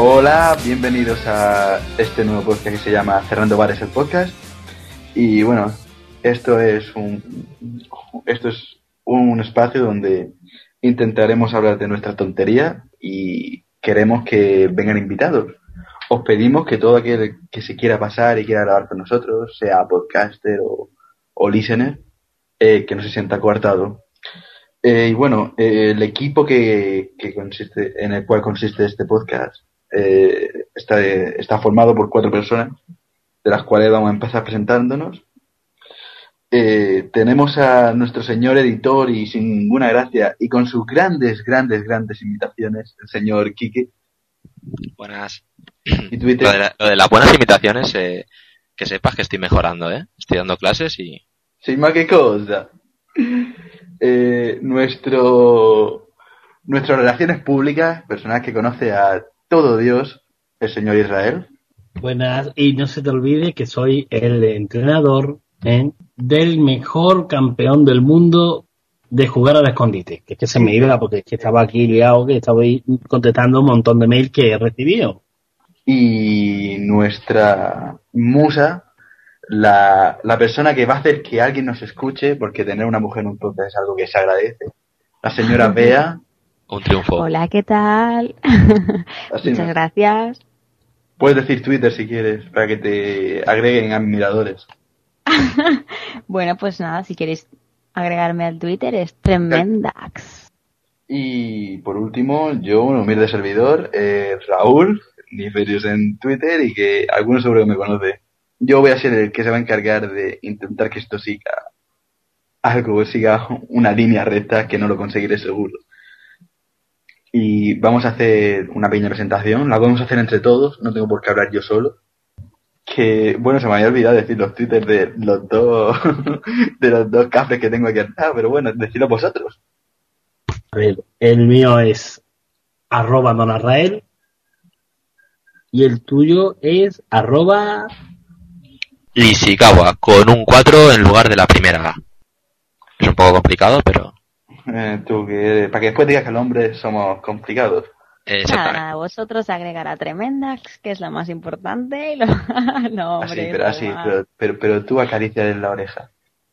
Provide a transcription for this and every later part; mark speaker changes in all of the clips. Speaker 1: Hola, bienvenidos a este nuevo podcast que se llama Cerrando Bares el Podcast. Y bueno, esto es un esto es un espacio donde intentaremos hablar de nuestra tontería y queremos que vengan invitados. Os pedimos que todo aquel que se quiera pasar y quiera grabar con nosotros, sea podcaster o, o listener, eh, que no se sienta coartado. Eh, y bueno, eh, el equipo que, que consiste, en el cual consiste este podcast eh, está, está formado por cuatro personas, de las cuales vamos a empezar presentándonos. Eh, tenemos a nuestro señor editor y sin ninguna gracia y con sus grandes, grandes, grandes imitaciones, el señor Quique.
Speaker 2: Buenas. ¿Y Twitter? Lo, de la, lo, de las buenas imitaciones, eh, que sepas que estoy mejorando, ¿eh? Estoy dando clases y...
Speaker 1: Sí, más que cosa. Eh, nuestro, nuestras relaciones públicas, personas que conoce a todo Dios, el Señor Israel.
Speaker 3: Buenas, y no se te olvide que soy el entrenador ¿eh? del mejor campeón del mundo de jugar al escondite. Que es que se me iba porque es que estaba aquí liado, que estaba ahí contestando un montón de mails que he recibido.
Speaker 1: Y nuestra musa, la, la persona que va a hacer que alguien nos escuche, porque tener una mujer en un podcast es algo que se agradece, la señora Bea.
Speaker 2: Un triunfo.
Speaker 4: Hola, ¿qué tal? Así Muchas no. gracias.
Speaker 1: Puedes decir Twitter si quieres, para que te agreguen admiradores.
Speaker 4: bueno, pues nada, si queréis agregarme al Twitter es tremendax.
Speaker 1: Y por último, yo, un humilde servidor, eh, Raúl, Niferius en Twitter y que alguno seguro que me conoce. Yo voy a ser el que se va a encargar de intentar que esto siga algo, siga una línea recta que no lo conseguiré seguro y vamos a hacer una pequeña presentación. La vamos a hacer entre todos, no tengo por qué hablar yo solo. Que, bueno, se me había olvidado decir los twitters de los dos, de los dos cafres que tengo aquí atrás, ah, pero bueno, decidlo vosotros.
Speaker 3: A ver, el mío es arroba donarrael y el tuyo es arroba
Speaker 2: Ishikawa, con un 4 en lugar de la primera. Es un poco complicado, pero...
Speaker 1: Eh, tú que para que después digas que los hombres somos complicados.
Speaker 2: eh,
Speaker 4: Nada, vosotros agregar a Tremendax, que es la más importante. Y lo... no, hombre,
Speaker 1: así, pero, así, pero, pero, pero, tú acaricias la oreja.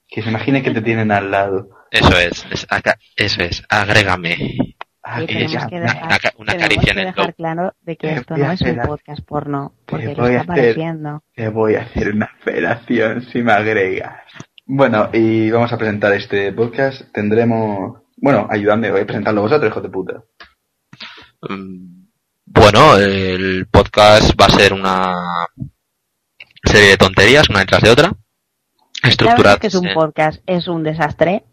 Speaker 1: Que se imagine que te tienen al lado.
Speaker 2: Eso es, es acá, eso es, agrégame.
Speaker 4: Y tenemos que dejar, una, una caricia en el dejar claro de que esto no es un la... podcast porno, porque lo está hacer, apareciendo.
Speaker 1: Te voy a hacer una operación si me agregas. Bueno, y vamos a presentar este podcast. Tendremos bueno, ayudadme, voy a presentarlo vosotros, hijo de puta.
Speaker 2: Mm, Bueno, el podcast va a ser una serie de tonterías, una detrás de otra. Estructurada.
Speaker 4: Es que es un podcast, es un desastre.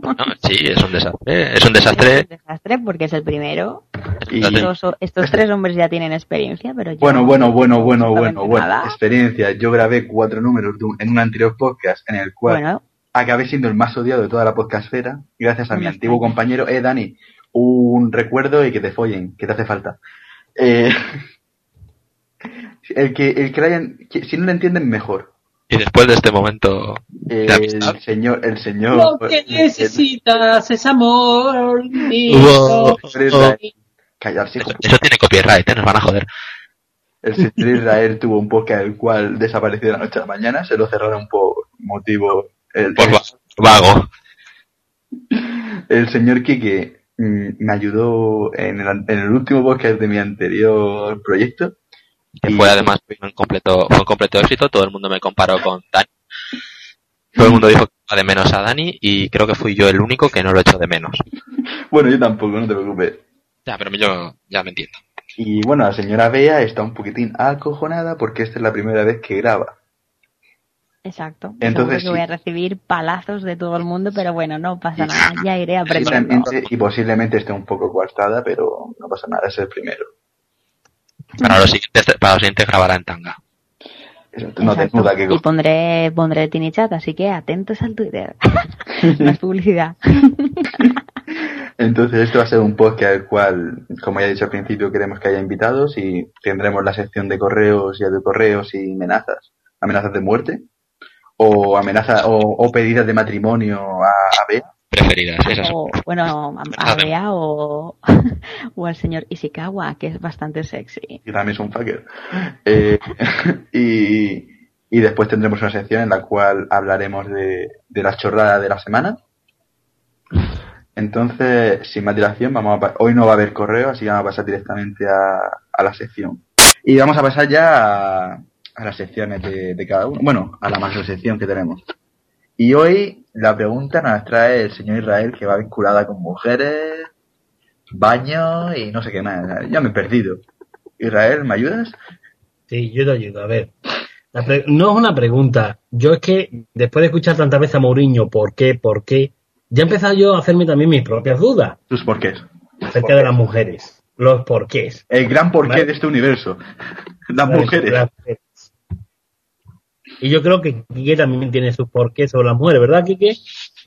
Speaker 2: Bueno, sí, es un desastre. Es un desastre.
Speaker 4: Es un desastre porque es el primero. Y estos, estos, tres hombres ya tienen experiencia, pero yo
Speaker 1: Bueno, bueno, bueno, bueno, bueno, bueno. Nada. Experiencia. Yo grabé cuatro números en un anterior podcast en el cual.
Speaker 4: Bueno
Speaker 1: acabé siendo el más odiado de toda la podcastera, gracias a mi antiguo compañero, eh, Dani, un recuerdo y que te follen, que te hace falta. Eh, el que, el que, lo hayan, que si no lo entienden, mejor.
Speaker 2: Y después de este momento
Speaker 1: El
Speaker 2: de amistad,
Speaker 1: señor, el señor.
Speaker 5: Lo que necesitas es amor. y
Speaker 2: hubo-
Speaker 1: Israel- Callarse, hijo
Speaker 2: Eso,
Speaker 1: puta.
Speaker 2: eso tiene copyright, ¿eh? nos van a joder.
Speaker 1: El señor Israel tuvo un podcast el cual desapareció de la noche a la mañana, se lo cerraron por motivo. El,
Speaker 2: Por Pues va- vago.
Speaker 1: el señor Quique mm, me ayudó en el, en el último podcast de mi anterior proyecto.
Speaker 2: Que
Speaker 1: Y-
Speaker 2: fue además un completo, fue un completo éxito, todo el mundo me comparó con Dani. Todo el mundo dijo que echaba de menos a Dani y creo que fui yo el único que no lo echo de menos.
Speaker 1: Bueno, yo tampoco, no te preocupes.
Speaker 2: Ya, pero yo ya me entiendo.
Speaker 1: Y bueno, la señora Bea está un poquitín acojonada porque esta es la primera vez que graba.
Speaker 4: Exacto. Entonces
Speaker 1: Entonces,
Speaker 4: que voy
Speaker 1: sí.
Speaker 4: a recibir palazos de todo el mundo, pero bueno, no pasa nada. Ya iré aprendiendo.
Speaker 1: Posiblemente- y posiblemente esté un poco coartada, pero no pasa nada, es el primero.
Speaker 2: Para los siguientes, para los siguientes grabará en tanga.
Speaker 1: Eso, No
Speaker 4: Exacto.
Speaker 1: tengo duda que
Speaker 4: Y pondré, pondré Tiny Chat, así que atentos al Twitter. no es publicidad.
Speaker 1: Entonces, esto va a ser un podcast al cual, como ya he dicho al principio, queremos que haya invitados y tendremos la sección de correos y de correos y amenazas. Amenazas de muerte o amenazas o, o pedidas de matrimonio a, a Bea.
Speaker 2: Preferidas, esas.
Speaker 4: O, bueno, a, a Bea o, o al señor Ishikawa, que es bastante sexy.
Speaker 1: que también es un fucker. Eh, y, y después tendremos una sección en la cual hablaremos de, de las chorradas de la semana. Entonces, sin más dilación, vamos a pa- hoy no va a haber correo, así que vamos a pasar directamente a, a la sección. Y vamos a pasar ya a, a las secciones de, de cada uno. Bueno, a la macrosección que tenemos. Y hoy la pregunta nos trae el señor Israel, que va vinculada con mujeres, baño y no sé qué más. Ya me he perdido. Israel, ¿me ayudas?
Speaker 3: Sí, yo te ayudo. A ver, La pre- no es una pregunta. Yo es que después de escuchar tantas veces a Mourinho, ¿por qué? ¿Por qué? Ya he empezado yo a hacerme también mis propias dudas
Speaker 1: Tus porqués.
Speaker 3: acerca de las mujeres. Los porqués.
Speaker 1: El gran porqué
Speaker 3: Vale.
Speaker 1: de este universo. Las
Speaker 3: Claro,
Speaker 1: mujeres.
Speaker 3: las mujeres. Y yo creo que Quique también tiene sus porqués sobre las mujeres, ¿verdad, Quique?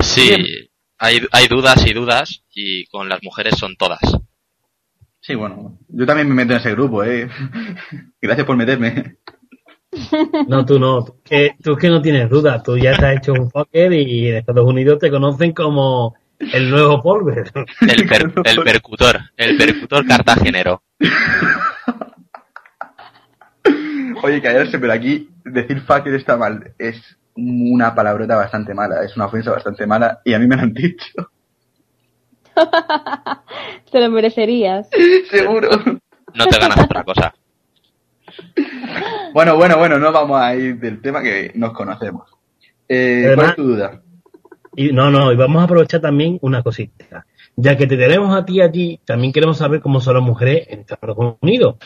Speaker 2: Sí, hay, hay dudas y dudas y con las mujeres son todas.
Speaker 1: Sí, bueno. Yo también me meto en ese grupo, eh. Gracias por meterme.
Speaker 3: No, tú no. Tú que, tú que no tienes duda. Tú ya te has hecho un fucker y en Estados Unidos te conocen como el nuevo Polver.
Speaker 2: El, per- el percutor, el percutor cartagenero.
Speaker 1: Oye, callarse, pero aquí decir fucker está mal. Es una palabrota bastante mala. Es una ofensa bastante mala. Y a mí me lo han dicho.
Speaker 4: Te lo merecerías.
Speaker 1: Seguro.
Speaker 2: No te ganas otra cosa.
Speaker 1: Bueno, bueno, bueno. No vamos a ir del tema que nos conocemos. Eh, ¿Cuál
Speaker 3: Además-
Speaker 1: es tu duda?
Speaker 3: Y no, no, y vamos a aprovechar también una cosita. Ya que te tenemos a ti allí, también queremos saber cómo son las mujeres en Estados Unidos.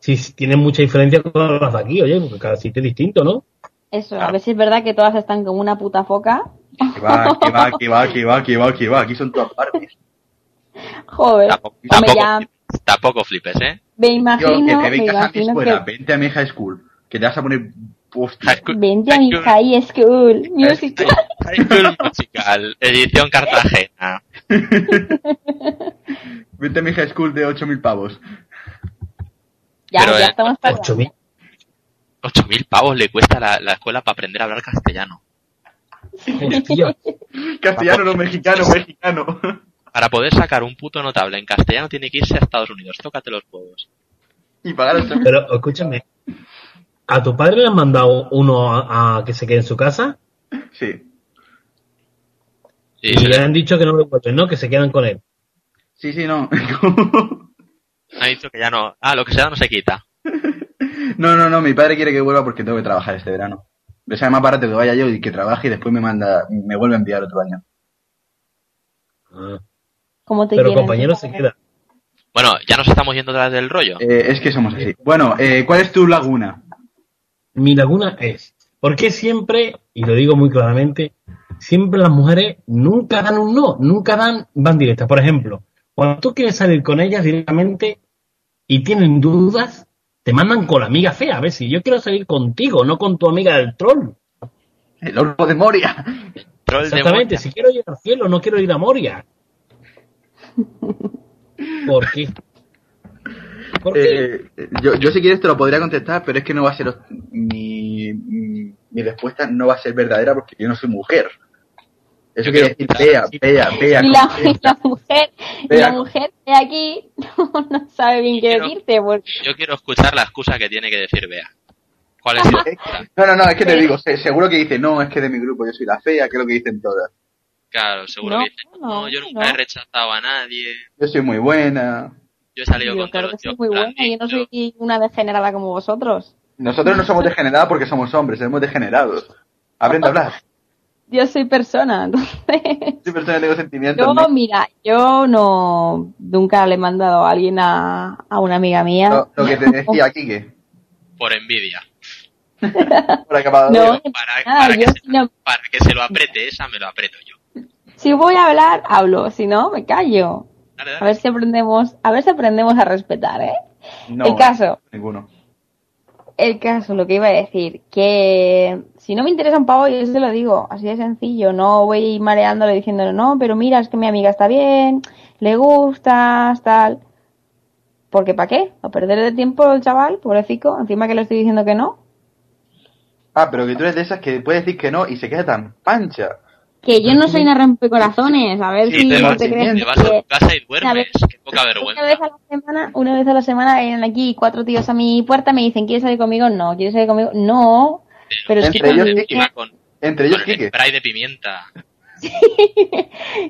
Speaker 3: Si s- tienen mucha diferencia con las de aquí, oye, porque cada sitio es distinto, ¿no?
Speaker 4: Eso, a ver si es verdad que todas están como una puta foca.
Speaker 1: Que va, que va, que va, que va, que va, que va. Aquí son todas partes.
Speaker 4: Joder,
Speaker 2: Tampoco,
Speaker 4: hombre,
Speaker 2: tampoco,
Speaker 4: ya
Speaker 2: flipes, tampoco flipes, ¿eh?
Speaker 4: me
Speaker 1: Yo, que
Speaker 4: imagino,
Speaker 1: te
Speaker 4: me
Speaker 1: vengas a mi
Speaker 4: imagino
Speaker 1: escuela.
Speaker 4: que...
Speaker 1: Vente a mi high school. Que te vas a poner... Hostia.
Speaker 2: High school-
Speaker 4: Vente a mi high school musical.
Speaker 2: High School Musical, edición Cartagena.
Speaker 1: Vente a mi high school de 8.000 pavos.
Speaker 4: Ya,
Speaker 2: Pero,
Speaker 4: ya
Speaker 2: eh,
Speaker 4: estamos
Speaker 3: Ocho
Speaker 4: tardando.
Speaker 3: mil.
Speaker 2: 8.000 pavos le cuesta la, la escuela para aprender a hablar castellano.
Speaker 3: Hostia.
Speaker 1: Castellano, no mexicano, mexicano.
Speaker 2: Para poder sacar un puto notable en castellano tiene que irse a Estados Unidos. Tócate los huevos.
Speaker 1: Y pagar el
Speaker 3: Pero escúchame, ¿a tu padre le han mandado uno a, a que se quede en su casa?
Speaker 1: Sí.
Speaker 2: Sí,
Speaker 3: y
Speaker 2: se
Speaker 3: le
Speaker 2: le-
Speaker 3: han dicho que no lo vuelven, ¿no? Que se quedan con él.
Speaker 1: Sí, sí, no.
Speaker 2: ha dicho que ya no. Ah, lo que se da no se quita.
Speaker 1: No, no, no, mi padre quiere que vuelva porque tengo que trabajar este verano. Le sale más barato que vaya yo y que trabaje y después me manda, me vuelve a enviar otro año.
Speaker 3: Ah,
Speaker 4: ¿Cómo te
Speaker 3: Pero
Speaker 4: quieren?
Speaker 3: compañero se queda.
Speaker 2: Bueno, ya nos estamos yendo tras del rollo.
Speaker 1: Eh, es que somos así. Bueno, eh, ¿cuál es tu laguna?
Speaker 3: Mi laguna es, ¿por qué siempre, y lo digo muy claramente, siempre las mujeres nunca dan un no, nunca dan, van directas? Por ejemplo, cuando tú quieres salir con ellas directamente y tienen dudas, te mandan con la amiga fea. A ver, si yo quiero salir contigo, no con tu amiga del troll.
Speaker 1: El orco de Moria.
Speaker 2: Troll de
Speaker 3: Exactamente,
Speaker 2: Moria.
Speaker 3: si quiero ir al cielo, no quiero ir a Moria. ¿Por qué? ¿Por qué?
Speaker 1: Eh, yo, yo si quieres te lo podría contestar, pero es que no va a ser mi, mi, mi respuesta no va a ser verdadera porque yo no soy mujer. Eso
Speaker 2: Yo
Speaker 1: quiere decir
Speaker 2: quiero-
Speaker 1: vea, vea, vea.
Speaker 6: Y la, y
Speaker 1: contesta.
Speaker 6: la mujer, y
Speaker 1: Vea.
Speaker 6: la mujer de aquí no, no sabe bien qué
Speaker 2: Quiero-
Speaker 6: decirte. Porque,
Speaker 2: Yo quiero escuchar la excusa que tiene que decir Bea. ¿Cuál es su excusa?
Speaker 1: No, no, no, es que te digo, se- seguro que dice, no, es que de mi grupo yo soy la fea, que es lo que dicen todas.
Speaker 2: Claro, seguro
Speaker 6: No,
Speaker 2: que dice, no,
Speaker 6: no,
Speaker 2: yo nunca
Speaker 6: no.
Speaker 2: he rechazado a nadie,
Speaker 1: Yo soy muy buena.
Speaker 2: yo he salido
Speaker 6: yo
Speaker 2: con
Speaker 6: creo
Speaker 2: todos
Speaker 6: que
Speaker 2: los
Speaker 6: soy
Speaker 2: tíos
Speaker 6: muy
Speaker 2: que me
Speaker 6: buena.
Speaker 2: han
Speaker 6: Yo no
Speaker 2: dicho.
Speaker 6: soy una degenerada como vosotros.
Speaker 1: Nosotros no somos degenerados porque somos hombres, somos degenerados. Aprende a hablar.
Speaker 6: Yo soy persona, entonces.
Speaker 1: Soy persona de tengo sentimientos.
Speaker 6: Yo,
Speaker 1: ¿no?
Speaker 6: mira, yo no. Nunca le he mandado a alguien a, a una amiga mía.
Speaker 1: Lo, lo que te decía aquí, que
Speaker 2: Por envidia.
Speaker 1: por acabado
Speaker 6: No,
Speaker 1: de-
Speaker 6: ni
Speaker 2: Para,
Speaker 6: Eh, nada,
Speaker 2: para que
Speaker 6: yo
Speaker 2: se,
Speaker 6: si, no-
Speaker 2: para que se lo apriete esa, me lo aprieto yo.
Speaker 6: si voy a hablar, hablo. Si no, me callo.
Speaker 2: Dale,
Speaker 6: A
Speaker 2: dale.
Speaker 6: ver si aprendemos, a ver si aprendemos a respetar, ¿eh?
Speaker 1: No,
Speaker 6: el caso,
Speaker 1: ninguno.
Speaker 6: el caso, lo que iba a decir, que si no me interesa un pavo, yo se lo digo, así de sencillo, no voy mareándole diciéndole, no, pero mira, es que mi amiga está bien, le gustas, tal. Porque ¿para qué? ¿A perder el tiempo el chaval, pobrecito? Encima que le estoy diciendo que no.
Speaker 1: Ah, pero que tú eres de esas que puedes decir que no y se queda tan pancha.
Speaker 6: Que yo no soy una rompecorazones, a ver
Speaker 2: Sí,
Speaker 6: si
Speaker 2: te
Speaker 6: no
Speaker 2: vas,
Speaker 6: te
Speaker 1: sí,
Speaker 6: crees
Speaker 2: te vas a
Speaker 6: que-
Speaker 2: tu casa y
Speaker 6: A
Speaker 2: duermes.
Speaker 6: ver,
Speaker 2: Qué poca
Speaker 6: Una vez
Speaker 2: vergüenza.
Speaker 6: a la semana, una vez a la semana vienen aquí cuatro tíos a mi puerta, me dicen, ¿quieres salir conmigo? No, ¿quieres salir conmigo? No. Pero es
Speaker 2: Sí,
Speaker 6: que
Speaker 1: Entre ellos
Speaker 2: encima
Speaker 1: Quique.
Speaker 2: con,
Speaker 1: Entre ellos,
Speaker 2: con el
Speaker 1: Quique.
Speaker 2: spray de pimienta.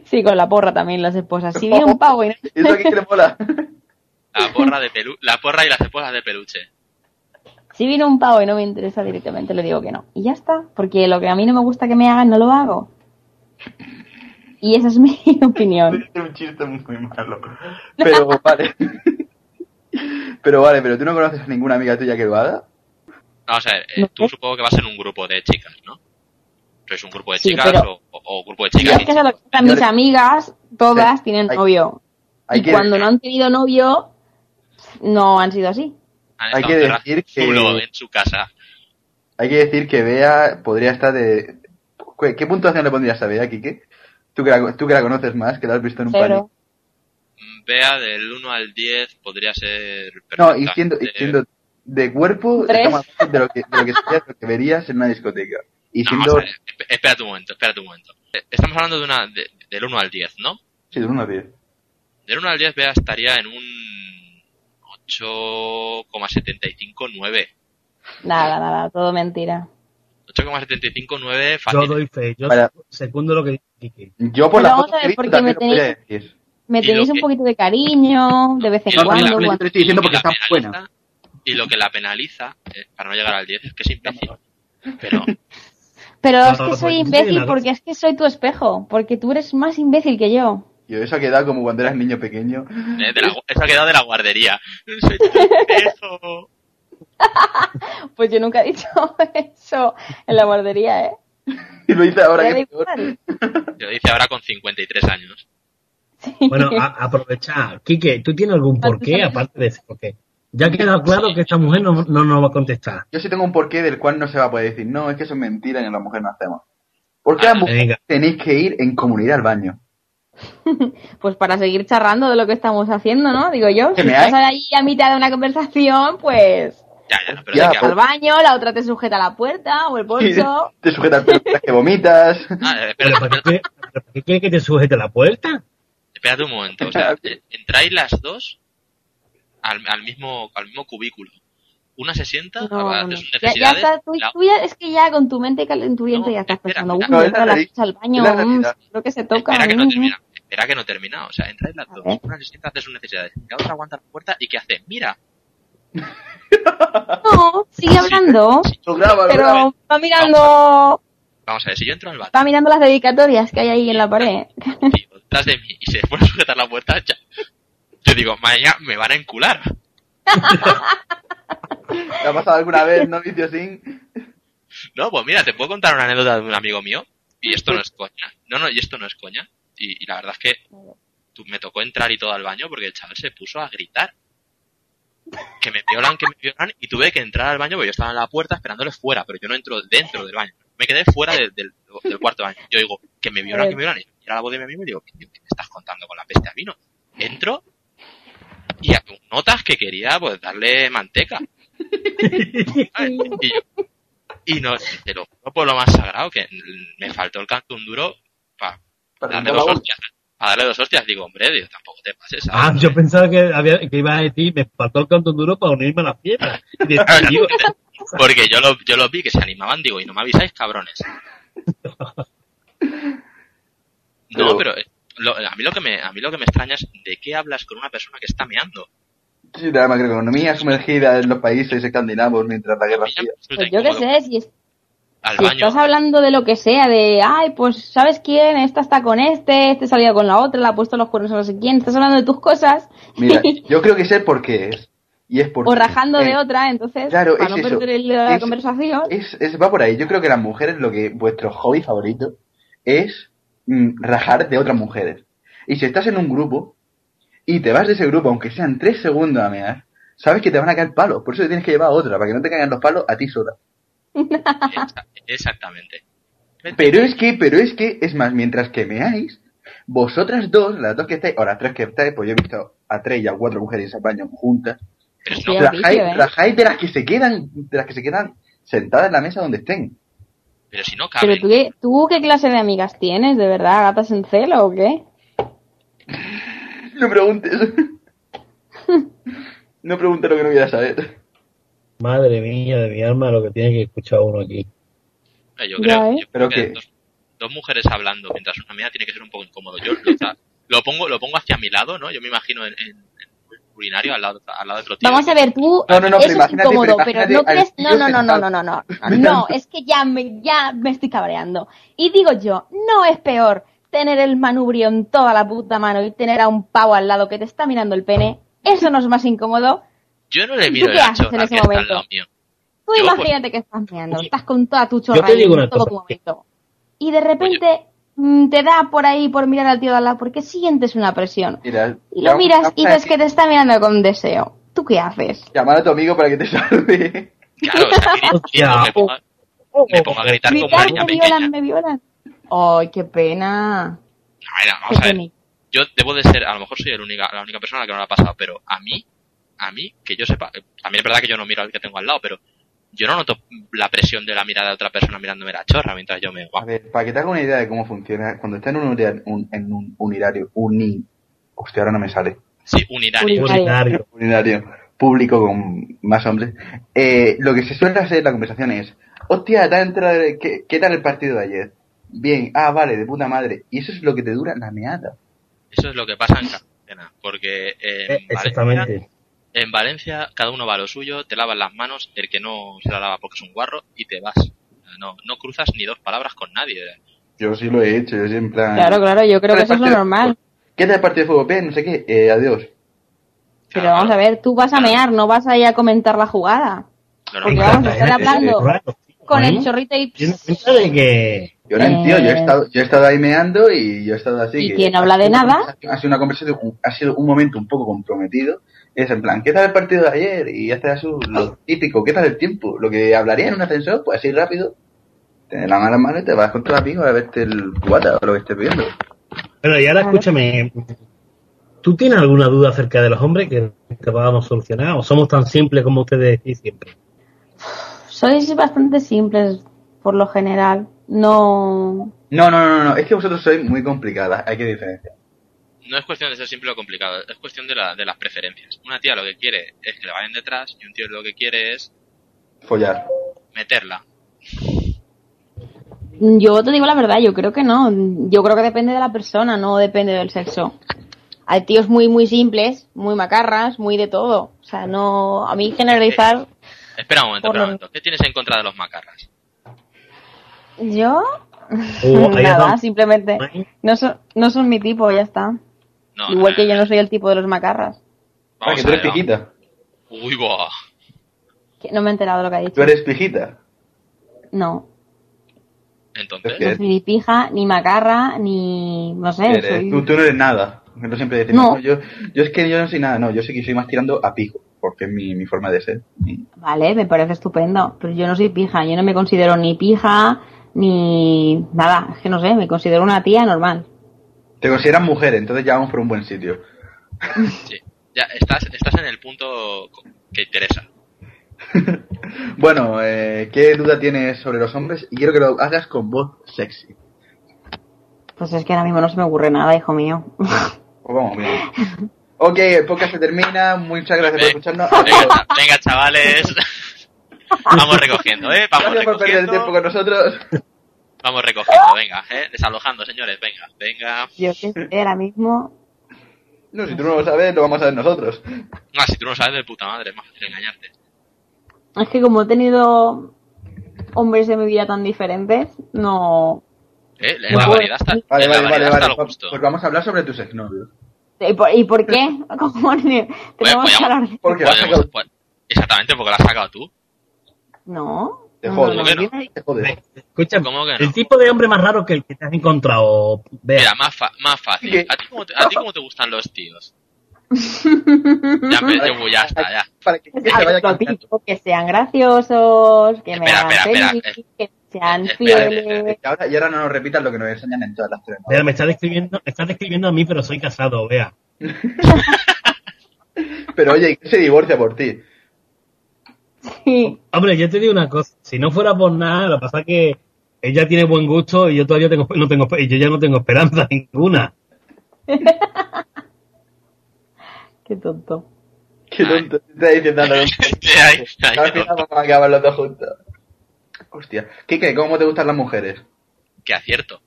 Speaker 6: Sí, con la porra también las esposas. Si viene un pavo y no...
Speaker 1: Eso aquí que le mola.
Speaker 2: La porra, de pelu la porra y las esposas de peluche.
Speaker 6: Si viene un pavo y no me interesa directamente, le digo que no. Y ya está, porque lo que a mí no me gusta que me hagan, no lo hago. Y esa es mi opinión.
Speaker 1: Este Es un chiste muy malo. Pero vale. Pero vale, pero tú no conoces a ninguna amiga tuya que lo haga.
Speaker 2: Vamos a ver, eh,
Speaker 6: No
Speaker 2: tú
Speaker 6: sé.
Speaker 2: supongo que vas en un grupo de chicas, ¿no? Sois un grupo de
Speaker 6: Sí,
Speaker 2: chicas
Speaker 6: pero-
Speaker 2: o, o- o grupo de
Speaker 6: Y
Speaker 2: chicas.
Speaker 6: es que se lo que mis amigas, todas tienen
Speaker 1: Hay-
Speaker 6: novio.
Speaker 1: Hay
Speaker 6: Y
Speaker 1: que,
Speaker 6: cuando no han tenido novio, no han sido así.
Speaker 2: Han
Speaker 1: hay
Speaker 2: estado
Speaker 1: que
Speaker 2: encerradas
Speaker 1: decir que-
Speaker 2: solo en su casa.
Speaker 1: hay que decir que Bea podría estar de. ¿Qué, qué puntuación le pondrías a Bea, Quique? Tú que la, tú que la conoces más, que la has visto en un
Speaker 6: Cero.
Speaker 1: panel.
Speaker 2: Vea del 1 al 10 podría ser. Eh,
Speaker 1: No, y siendo, y
Speaker 2: perfectamente-
Speaker 1: siendo de cuerpo,
Speaker 6: Tres.
Speaker 1: está más lejos de lo que, de lo que sería lo que verías en una discoteca. Y
Speaker 2: No,
Speaker 1: siendo.
Speaker 2: o sea, esp- espérate un momento, espérate un momento. Eh, Estamos hablando de una de- del 1 al 10, ¿no?
Speaker 1: Sí, de uno a diez.
Speaker 2: Del 1 al 10 Bea estaría en un 8,759.
Speaker 6: Nada, nada, todo mentira.
Speaker 2: 8,759
Speaker 3: Yo
Speaker 2: fácil.
Speaker 3: doy fe, yo
Speaker 1: Para-
Speaker 3: segundo lo que dice Quique.
Speaker 1: Yo por
Speaker 6: Pero
Speaker 1: la
Speaker 6: vamos
Speaker 1: foto
Speaker 6: a
Speaker 1: que he
Speaker 6: ver,
Speaker 1: visto
Speaker 6: porque
Speaker 1: también
Speaker 6: me
Speaker 1: lo podría decir.
Speaker 6: Me
Speaker 2: Y
Speaker 6: tenéis
Speaker 2: lo
Speaker 6: un
Speaker 2: que-
Speaker 6: poquito de cariño, de vez en
Speaker 2: Y
Speaker 1: No,
Speaker 2: lo
Speaker 1: no,
Speaker 2: que
Speaker 6: cuando.
Speaker 2: la-
Speaker 1: no, no,
Speaker 6: cuando-
Speaker 1: te estoy diciendo
Speaker 2: Y lo
Speaker 1: porque
Speaker 2: que
Speaker 1: está
Speaker 2: la
Speaker 1: buena.
Speaker 2: penaliza- Y lo que la penaliza, eh, para no llegar al 10, es que es imbécil. Pero
Speaker 6: Pero
Speaker 3: No,
Speaker 6: es que
Speaker 3: no,
Speaker 6: soy
Speaker 3: no,
Speaker 6: imbécil
Speaker 3: no.
Speaker 6: porque es que soy tu espejo, porque tú eres más imbécil que yo.
Speaker 1: Yo eso ha quedado como cuando eras niño pequeño.
Speaker 2: eh, de la gu- eso ha quedado de la guardería. Soy tan teso.
Speaker 6: Pues yo nunca he dicho eso en la guardería, ¿eh?
Speaker 1: Y lo hice ahora
Speaker 6: Ya
Speaker 1: que
Speaker 6: da
Speaker 1: es peor.
Speaker 6: igual.
Speaker 2: Te lo dice ahora con 53 años.
Speaker 6: Sí.
Speaker 3: Bueno, a- aprovechar. Quique, ¿tú tienes algún
Speaker 6: ¿Cuántos
Speaker 3: porqué
Speaker 6: años?
Speaker 3: aparte de ese porqué? Ya ha quedado claro que esta mujer no, no nos va a contestar.
Speaker 1: Yo sí tengo un porqué del cual no se va a poder decir, no, es que eso es mentira y en la mujer no hacemos. Porque las mujeres
Speaker 3: Venga.
Speaker 1: tenéis que ir en comunidad al baño.
Speaker 6: Pues para seguir charrando de lo que estamos haciendo, ¿no? Digo yo,
Speaker 1: Que
Speaker 6: si
Speaker 1: me
Speaker 6: estás
Speaker 1: hay.
Speaker 6: ahí a mitad de una conversación, pues
Speaker 2: Ya, ya, no, pero
Speaker 1: Ya,
Speaker 2: de que-
Speaker 6: al baño, la otra te sujeta la puerta o el bolso.
Speaker 1: Te sujetas pelotas que vomitas.
Speaker 2: Ah, eh,
Speaker 3: ¿Pero
Speaker 2: espérate,
Speaker 3: para
Speaker 2: espérate,
Speaker 3: qué, pero para qué quiere que te sujete la puerta?
Speaker 2: espérate un momento. O sea, eh, entráis las dos al, al mismo, al mismo cubículo. Una se sienta
Speaker 6: No,
Speaker 2: a
Speaker 6: no.
Speaker 2: de sus
Speaker 6: Ya, ya
Speaker 2: necesidades.
Speaker 6: está, tú,
Speaker 2: la-
Speaker 6: tú ya- es que ya con tu mente calenturienta
Speaker 2: No,
Speaker 6: ya estás
Speaker 2: espera,
Speaker 6: pensando, uy,
Speaker 2: espera.
Speaker 1: No,
Speaker 6: yo
Speaker 1: es la
Speaker 6: creo la
Speaker 1: reali-
Speaker 6: pizza al baño,
Speaker 1: es la
Speaker 6: mm,
Speaker 1: realidad.
Speaker 6: creo que se toca.
Speaker 2: Espera que no
Speaker 6: mm.
Speaker 2: termina. Espera que no termina. O sea, entráis las
Speaker 6: A
Speaker 2: dos.
Speaker 6: ver.
Speaker 2: Una se sienta de sus necesidades. La otra aguanta la puerta y ¿qué hace? Mira.
Speaker 6: No, sigue hablando,
Speaker 1: Lo graba, lo graba.
Speaker 6: pero va mirando,
Speaker 2: Vamos a ver, si yo entro al bar
Speaker 6: va mirando las dedicatorias que hay ahí en la pared.
Speaker 2: Pues tío, detrás de mí y se pone a sujetar la puerta, ya. yo digo, mañana me van a encular.
Speaker 1: ¿Te ha pasado alguna vez, no, vicio sin?
Speaker 2: No, pues mira, te puedo contar una anécdota de un amigo mío y esto no es coña. No, no, y esto no es coña. Y, y la verdad es que tú- me tocó entrar y todo al baño porque el chaval se puso a gritar. que me violan, que me violan, y tuve que entrar al baño porque yo estaba en la puerta esperándoles fuera, pero yo no entro dentro del baño. Me quedé fuera de- del, del cuarto baño. Yo digo, que me violan, que me violan. Y era la voz de mi amigo y digo, ¿qué, qué me estás contando con la peste a vino? Entro y a- notas que quería pues darle manteca. ¿sabes? Y yo, y no, te lo juro por lo más sagrado que me faltó el canto un duro para
Speaker 1: Para
Speaker 2: darle
Speaker 1: el
Speaker 2: dos
Speaker 1: baúl.
Speaker 2: hostias. Para darle dos hostias, digo, hombre, digo, tampoco te pases. ¿sabes?
Speaker 3: Ah, yo pensaba que, había, que iba a decir, me faltó el canto duro para unirme a la fiesta. Y decía, tío,
Speaker 2: Porque yo los yo lo vi que se animaban, digo, y no me avisáis, cabrones. No, pero eh, lo- a, mí lo que me, a mí lo que me extraña es de qué hablas con una persona que está meando.
Speaker 1: Sí, la macroeconomía sumergida en los países escandinavos mientras la guerra
Speaker 2: Me llama
Speaker 1: fría.
Speaker 6: Pues
Speaker 2: absolutamente
Speaker 6: yo qué
Speaker 2: incómodo.
Speaker 6: sé, si, es-
Speaker 2: Al
Speaker 6: si
Speaker 2: baño.
Speaker 6: estás hablando de lo que sea, de, ay, pues, ¿sabes quién? Esta está con este, este salía con la otra, le ha puesto los cuernos a no sé quién, estás hablando de tus cosas
Speaker 1: Mira, yo creo que sé por qué es. Y es porque,
Speaker 6: o rajando
Speaker 1: eh,
Speaker 6: de otra, entonces,
Speaker 1: claro,
Speaker 6: para
Speaker 1: es
Speaker 6: no
Speaker 1: eso.
Speaker 6: perder el hilo de la
Speaker 1: Es-
Speaker 6: conversación,
Speaker 1: Es, es- va por ahí. Yo creo que las mujeres, lo que vuestro hobby favorito es mm, rajar de otras mujeres. Y si estás en un grupo y te vas de ese grupo, aunque sean tres segundos a mear, sabes que te van a caer palos. Por eso te tienes que llevar a otra, para que no te caigan los palos a ti sola.
Speaker 2: Exa- Exactamente.
Speaker 1: Pero es que, pero es que, es más, mientras que meáis, vosotras dos, las dos que estáis, o las tres que estáis, pues yo he visto a tres y a cuatro mujeres en baño juntas,
Speaker 2: Pero es
Speaker 6: Qué
Speaker 2: no,
Speaker 6: horrible,
Speaker 1: rajáis,
Speaker 6: ¿eh?
Speaker 1: rajáis de las que se quedan, de las que se quedan sentadas en la mesa donde estén.
Speaker 2: pero si no
Speaker 6: pero
Speaker 2: caben.
Speaker 6: tú, ¿qué- tú qué clase de amigas tienes, de verdad, gatas en celo o qué?
Speaker 1: No preguntes. No preguntes lo que no quieras saber.
Speaker 3: Madre mía, de mi alma, lo que tiene que escuchar uno aquí.
Speaker 2: Eh, Yo
Speaker 6: Ya,
Speaker 2: creo,
Speaker 6: ¿eh?
Speaker 2: yo
Speaker 1: Pero
Speaker 2: creo que
Speaker 1: que-
Speaker 2: dos, dos mujeres hablando mientras una mea tiene que ser un poco incómodo. Yo lo, o sea, lo pongo lo pongo hacia mi lado, ¿no? Yo me imagino en, en- en un urinario al lado, al lado de otro tío.
Speaker 6: Vamos a ver, tú.
Speaker 1: No, no, no, pero
Speaker 6: eso es
Speaker 1: imagínate,
Speaker 6: incómodo,
Speaker 1: pero
Speaker 6: pero,
Speaker 1: imagínate
Speaker 6: no
Speaker 1: al
Speaker 6: crees.
Speaker 1: tío
Speaker 6: No, no, no, no,
Speaker 1: sentado.
Speaker 6: no, no, no. No, es que ya me, ya me estoy cabreando. Y digo yo, no es peor tener el manubrio en toda la puta mano y tener a un pavo al lado que te está mirando el pene. Eso no es más incómodo.
Speaker 2: Yo no le miro
Speaker 6: ¿Tú
Speaker 2: el
Speaker 6: qué haces
Speaker 2: ancho
Speaker 6: en
Speaker 2: al
Speaker 6: ese
Speaker 2: que está al
Speaker 6: momento?
Speaker 2: lado mío. pues,
Speaker 6: Tú
Speaker 2: Yo,
Speaker 6: imagínate que estás mirando, estás con toda tu
Speaker 3: te
Speaker 6: chorrada
Speaker 3: digo
Speaker 6: en
Speaker 3: una
Speaker 6: todo tu
Speaker 3: cosa.
Speaker 6: momento. Y de repente mm, te da por ahí por mirar al tío de al lado porque sientes una presión.
Speaker 1: Mira,
Speaker 6: Y lo
Speaker 1: llama-
Speaker 6: miras y
Speaker 1: llama a-
Speaker 6: ves que te está mirando con deseo. ¿Tú qué haces?
Speaker 1: Llamar a tu amigo para que te salve.
Speaker 2: Claro, o sea, grito,
Speaker 3: Hostia.
Speaker 2: me, pongo, a- me pongo a gritar como una
Speaker 6: Gritar,
Speaker 2: niña
Speaker 6: me
Speaker 2: pequeña.
Speaker 6: violan, me violan. Ay, qué pena.
Speaker 2: A ver,
Speaker 6: Qué
Speaker 2: vamos a ver.
Speaker 6: pena.
Speaker 2: Yo debo de ser, a lo mejor soy el única, la única persona a la que no le ha pasado, pero a mí, a mí, que yo sepa, eh, también es verdad que yo no miro al que tengo al lado, pero yo no noto la presión de la mirada de otra persona mirándome la chorra mientras yo me...
Speaker 1: A ver, para que te haga una idea de cómo funciona, cuando estás en un, unida- un- en un unirario, uni... Hostia, ahora no me sale.
Speaker 2: Sí, uniráneo.
Speaker 6: Uniráneo.
Speaker 3: Urinario.
Speaker 1: Unirario público con más hombres. eh, lo que se suele hacer en la conversación es, hostia, ¿te ha entrado- ¿qué, qué tal el partido de ayer? Bien, ah, vale, de puta madre. Y eso es lo que te dura la meada.
Speaker 2: Eso es lo que pasa en Cartagena, porque eh,
Speaker 3: Eh,
Speaker 2: en, Valencia,
Speaker 3: Exactamente.
Speaker 2: en Valencia cada uno va a lo suyo, te lavas las manos, el que no se la lava porque es un guarro, y te vas. No, no cruzas ni dos palabras con nadie.
Speaker 1: Yo sí lo he hecho, yo siempre...
Speaker 6: Claro, claro, yo creo que eso es lo normal.
Speaker 1: ¿Qué tal el partido de fútbol? Bien, no sé qué. Eh, adiós.
Speaker 6: Pero vamos a ver, tú vas a mear, no vas a ir a comentar la jugada.
Speaker 2: No, no,
Speaker 6: Porque
Speaker 2: no.
Speaker 6: vamos a estar hablando
Speaker 3: Raro, tío,
Speaker 6: con el
Speaker 3: ¿eh?
Speaker 6: chorrito y...
Speaker 3: Tienes cuenta de que
Speaker 1: Yo no
Speaker 6: Eh.
Speaker 1: entiendo, yo he estado, yo he estado ahí meando y yo he estado así.
Speaker 6: ¿Y
Speaker 1: que-
Speaker 6: quién habla de
Speaker 1: ha sido una
Speaker 6: nada?
Speaker 1: conversación- Ha sido una conversación, ha sido un momento un poco comprometido. Es en plan, ¿qué tal el partido de ayer? Y hasta eso, lo típico, ¿qué tal el tiempo? Lo que hablaría en un ascensor, pues así rápido. Tener la mano en mano y te vas con tu amigo a verte el cubata o lo que estés viendo.
Speaker 3: Pero y ahora
Speaker 6: Claro.
Speaker 3: escúchame, ¿tú tienes alguna duda acerca de los hombres que te podamos solucionar? ¿O somos tan simples como ustedes decís siempre?
Speaker 6: Sois bastante simples, por lo general. No...
Speaker 1: No, no, no, no, es que vosotros sois muy complicadas, hay que diferenciar.
Speaker 2: No es cuestión de ser simple o complicado, es cuestión de, la- de las preferencias. Una tía lo que quiere es que le vayan detrás y un tío lo que quiere es
Speaker 1: Follar.
Speaker 2: meterla.
Speaker 6: Yo te digo la verdad, yo creo que no. Yo creo que depende de la persona, no depende del sexo. Hay tíos muy, muy simples, muy macarras, muy de todo. O sea, no... A mí generalizar...
Speaker 2: Espera un momento,
Speaker 6: Por
Speaker 2: espera
Speaker 6: lo-
Speaker 2: un momento. ¿Qué tienes en contra de los macarras?
Speaker 1: Eh.
Speaker 6: ¿Yo?
Speaker 3: O hay
Speaker 6: Nada,
Speaker 3: otro-
Speaker 6: simplemente... No son, no son mi tipo, ya está.
Speaker 2: No,
Speaker 6: Igual
Speaker 2: eh,
Speaker 6: que yo no soy el tipo de los macarras.
Speaker 1: Ah, que
Speaker 2: Vamos
Speaker 1: tú
Speaker 2: a
Speaker 1: eres
Speaker 2: ver, vamos.
Speaker 1: pijita.
Speaker 2: Uy, buah.
Speaker 6: Que No me he enterado de lo que ha dicho.
Speaker 1: Tú eres pijita.
Speaker 6: No,
Speaker 1: Es
Speaker 2: Entonces,
Speaker 1: que-
Speaker 6: no soy ni pija, ni macarra, ni... no sé.
Speaker 1: Eres-
Speaker 6: Soy...
Speaker 1: tú, tú no eres nada. Nosotros siempre decimos,
Speaker 6: No.
Speaker 1: no, yo, yo es que yo no soy nada, no, yo sé que soy más tirando a pijo. O porque es mi, mi forma de ser. Mi-
Speaker 6: Vale, me parece estupendo. Pero yo no soy pija, yo no me considero ni pija ni nada. Es que no sé, me considero una tía normal.
Speaker 1: Te consideran mujer, entonces ya vamos por un buen sitio.
Speaker 2: Sí. Ya estás, estás en el punto co- que interesa.
Speaker 1: Bueno, eh, ¿qué duda tienes sobre los hombres? Y quiero que lo hagas con voz sexy.
Speaker 6: Pues es que ahora mismo no se me ocurre nada, hijo mío.
Speaker 1: Pues vamos, bien. Ok, el podcast se termina. Muchas gracias por escucharnos.
Speaker 2: Venga, cha- venga, chavales. Vamos recogiendo, ¿eh? Vamos
Speaker 1: Gracias por perder el tiempo
Speaker 2: recogiendo.
Speaker 1: con nosotros.
Speaker 2: Vamos recogiendo, venga, ¿eh? Desalojando, señores, venga, venga.
Speaker 6: Yo que sé, ahora mismo.
Speaker 1: No, si tú no lo sabes, lo vamos a ver nosotros.
Speaker 2: No, Ah, si tú no sabes de puta madre, es más fácil engañarte.
Speaker 6: Es que como he tenido hombres de mi vida tan diferentes, no.
Speaker 2: ¿Eh? En la
Speaker 6: Bueno.
Speaker 2: variedad está, en
Speaker 1: Vale, vale,
Speaker 2: la
Speaker 1: vale,
Speaker 2: variedad
Speaker 1: vale.
Speaker 2: está lo
Speaker 1: Pues
Speaker 2: justo.
Speaker 1: pues vamos a hablar sobre tus exnovios.
Speaker 6: ¿Y por, y por qué? ¿Cómo ni- tenemos que
Speaker 2: podíamos-
Speaker 6: hablar de-
Speaker 1: Porque vas a
Speaker 2: Podemos-
Speaker 1: acabar-
Speaker 2: po- Pues, exactamente, porque la has sacado tú.
Speaker 6: No.
Speaker 1: Te
Speaker 6: no,
Speaker 1: jodes.
Speaker 6: no, no,
Speaker 2: ¿Por qué
Speaker 6: yo-
Speaker 1: te jodes.
Speaker 3: Escucha,
Speaker 2: ¿Cómo que no?
Speaker 3: el tipo de hombre más raro que el que te has encontrado, Bea.
Speaker 2: Mira, más, fa- más fácil.
Speaker 1: ¿Qué?
Speaker 2: ¿A ti, cómo te, a ti cómo te gustan los tíos? ya, me, yo, ya está, ya.
Speaker 1: Para que
Speaker 6: A
Speaker 1: te
Speaker 6: ver,
Speaker 1: vaya
Speaker 6: lo
Speaker 1: cantando.
Speaker 6: típico, que sean graciosos, que me
Speaker 2: Espera,
Speaker 6: hagan
Speaker 2: espera, espera,
Speaker 6: feliz, que sean
Speaker 2: espera, espera,
Speaker 6: fieles.
Speaker 1: Y eh, ahora, y ahora no nos repitan lo que nos enseñan en todas las
Speaker 3: Bea, me
Speaker 1: telenovelas.
Speaker 3: está describiendo, me está describiendo a mí, pero soy casado, Bea.
Speaker 1: Pero oye, ¿y quién se divorcia por ti?
Speaker 6: Sí.
Speaker 3: Hombre, yo te digo una cosa, si no fuera por nada, lo que pasa es que ella tiene buen gusto y yo todavía tengo, no tengo, yo ya no tengo esperanza ninguna.
Speaker 6: Qué tonto.
Speaker 1: Qué tonto. Te está diciendo algo.
Speaker 2: Ahí, ahí,
Speaker 1: Al final vamos a acabar los dos juntos. Hostia. Kike, ¿cómo te gustan las mujeres?
Speaker 2: que acierto.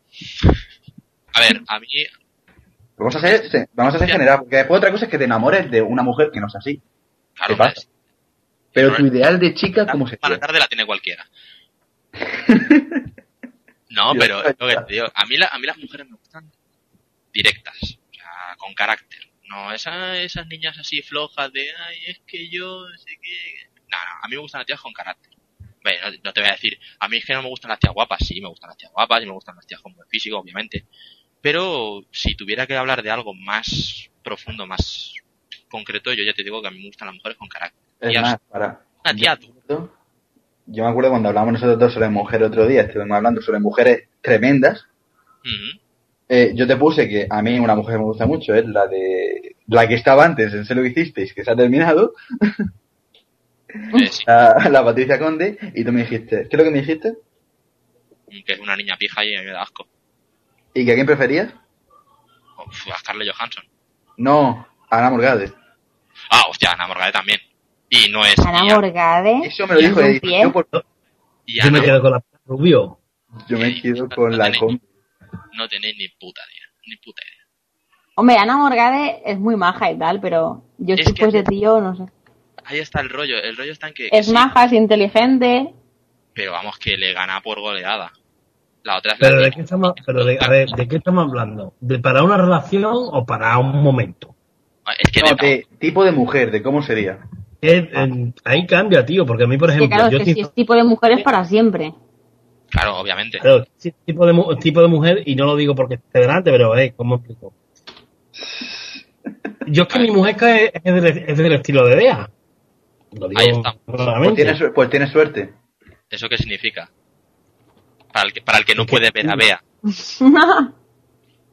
Speaker 2: A ver, a mí,
Speaker 1: Vamos a ser, se- vamos a ser
Speaker 2: Ya.
Speaker 1: general, porque después otra cosa es que te enamores de una mujer que no es así. ¿Qué
Speaker 2: claro, pues,
Speaker 1: pasa?
Speaker 2: es-
Speaker 1: Pero tu ideal de chica, ¿cómo
Speaker 2: para
Speaker 1: sería?
Speaker 2: tarde la tiene cualquiera. No,
Speaker 1: Dios,
Speaker 2: pero es lo que
Speaker 1: ya.
Speaker 2: te digo, a mí, la- a mí las mujeres me gustan directas, o sea, con carácter. No esas, esas niñas así flojas de, ay, es que yo, no sé qué. No, no, a mí me gustan las tías con carácter. Ve, no, no te voy a decir, a mí es que no me gustan las tías guapas, sí, me gustan las tías guapas y me gustan las tías con buen físico, obviamente. Pero si tuviera que hablar de algo más profundo, más concreto, yo ya te digo que a mí me gustan las mujeres con carácter.
Speaker 1: Es
Speaker 2: Tías-
Speaker 1: más, para.
Speaker 2: una tía
Speaker 1: Yo me acuerdo- Yo me acuerdo cuando hablábamos nosotros dos sobre mujeres otro día, estuvimos hablando sobre mujeres tremendas.
Speaker 2: Ujú.
Speaker 1: Eh, yo te puse que a mí una mujer que me gusta mucho es la de la que estaba antes en Se lo hicisteis, que se ha terminado,
Speaker 2: Eh, sí,
Speaker 1: la, la Patricia Conde, y tú me dijiste, ¿qué es lo que me dijiste?
Speaker 2: que es una niña pija y me da asco.
Speaker 1: ¿Y que a quién preferías?
Speaker 2: Uf, a Scarlett Johansson.
Speaker 1: No, a Ana Morgade.
Speaker 2: Ah, hostia, Ana Morgade también. Y no es.
Speaker 6: Ana
Speaker 2: y a-
Speaker 6: Morgade.
Speaker 1: Eso me lo dijo
Speaker 6: es ¿Eh? un
Speaker 1: Edith.
Speaker 6: pie.
Speaker 1: Yo, por-
Speaker 2: y
Speaker 3: Yo
Speaker 2: Ana,
Speaker 3: me quedo con la Rubio.
Speaker 1: yo me quedo con la Conde.
Speaker 2: no tenéis ni puta idea. Ni puta idea.
Speaker 6: Hombre, Ana Morgade es muy maja y tal, pero yo
Speaker 2: Es
Speaker 6: si
Speaker 2: que-
Speaker 6: fuese tío, no sé.
Speaker 2: Ahí está el rollo. El rollo está en que. que
Speaker 6: Es
Speaker 2: sí,
Speaker 6: maja, es inteligente.
Speaker 2: pero vamos, que le gana por goleada. La otra es la.
Speaker 3: Pero de
Speaker 2: tía.
Speaker 3: qué estamos, pero de, a ver, ¿de qué estamos hablando? ¿De para una relación o para un momento?
Speaker 2: Ah, Es que
Speaker 1: No,
Speaker 2: de-
Speaker 1: de tipo de mujer, de cómo sería.
Speaker 3: Eh, eh, ahí cambia, tío, porque a mí, por
Speaker 6: Que
Speaker 3: ejemplo,
Speaker 6: claro, es
Speaker 3: yo
Speaker 6: que
Speaker 3: sí-
Speaker 6: si es tipo de mujer es para siempre.
Speaker 2: Claro, obviamente.
Speaker 3: claro, sí, tipo de, mu- tipo de mujer, y no lo digo porque esté delante, pero, eh, ¿cómo explico? Yo es que mi mujer es, es del, es del estilo de Bea. Lo digo
Speaker 2: Ahí está.
Speaker 1: Pues
Speaker 3: claramente.
Speaker 1: tienes, su- pues tienes suerte.
Speaker 2: ¿Eso qué significa? Para el que, para el que no puede ver a Bea.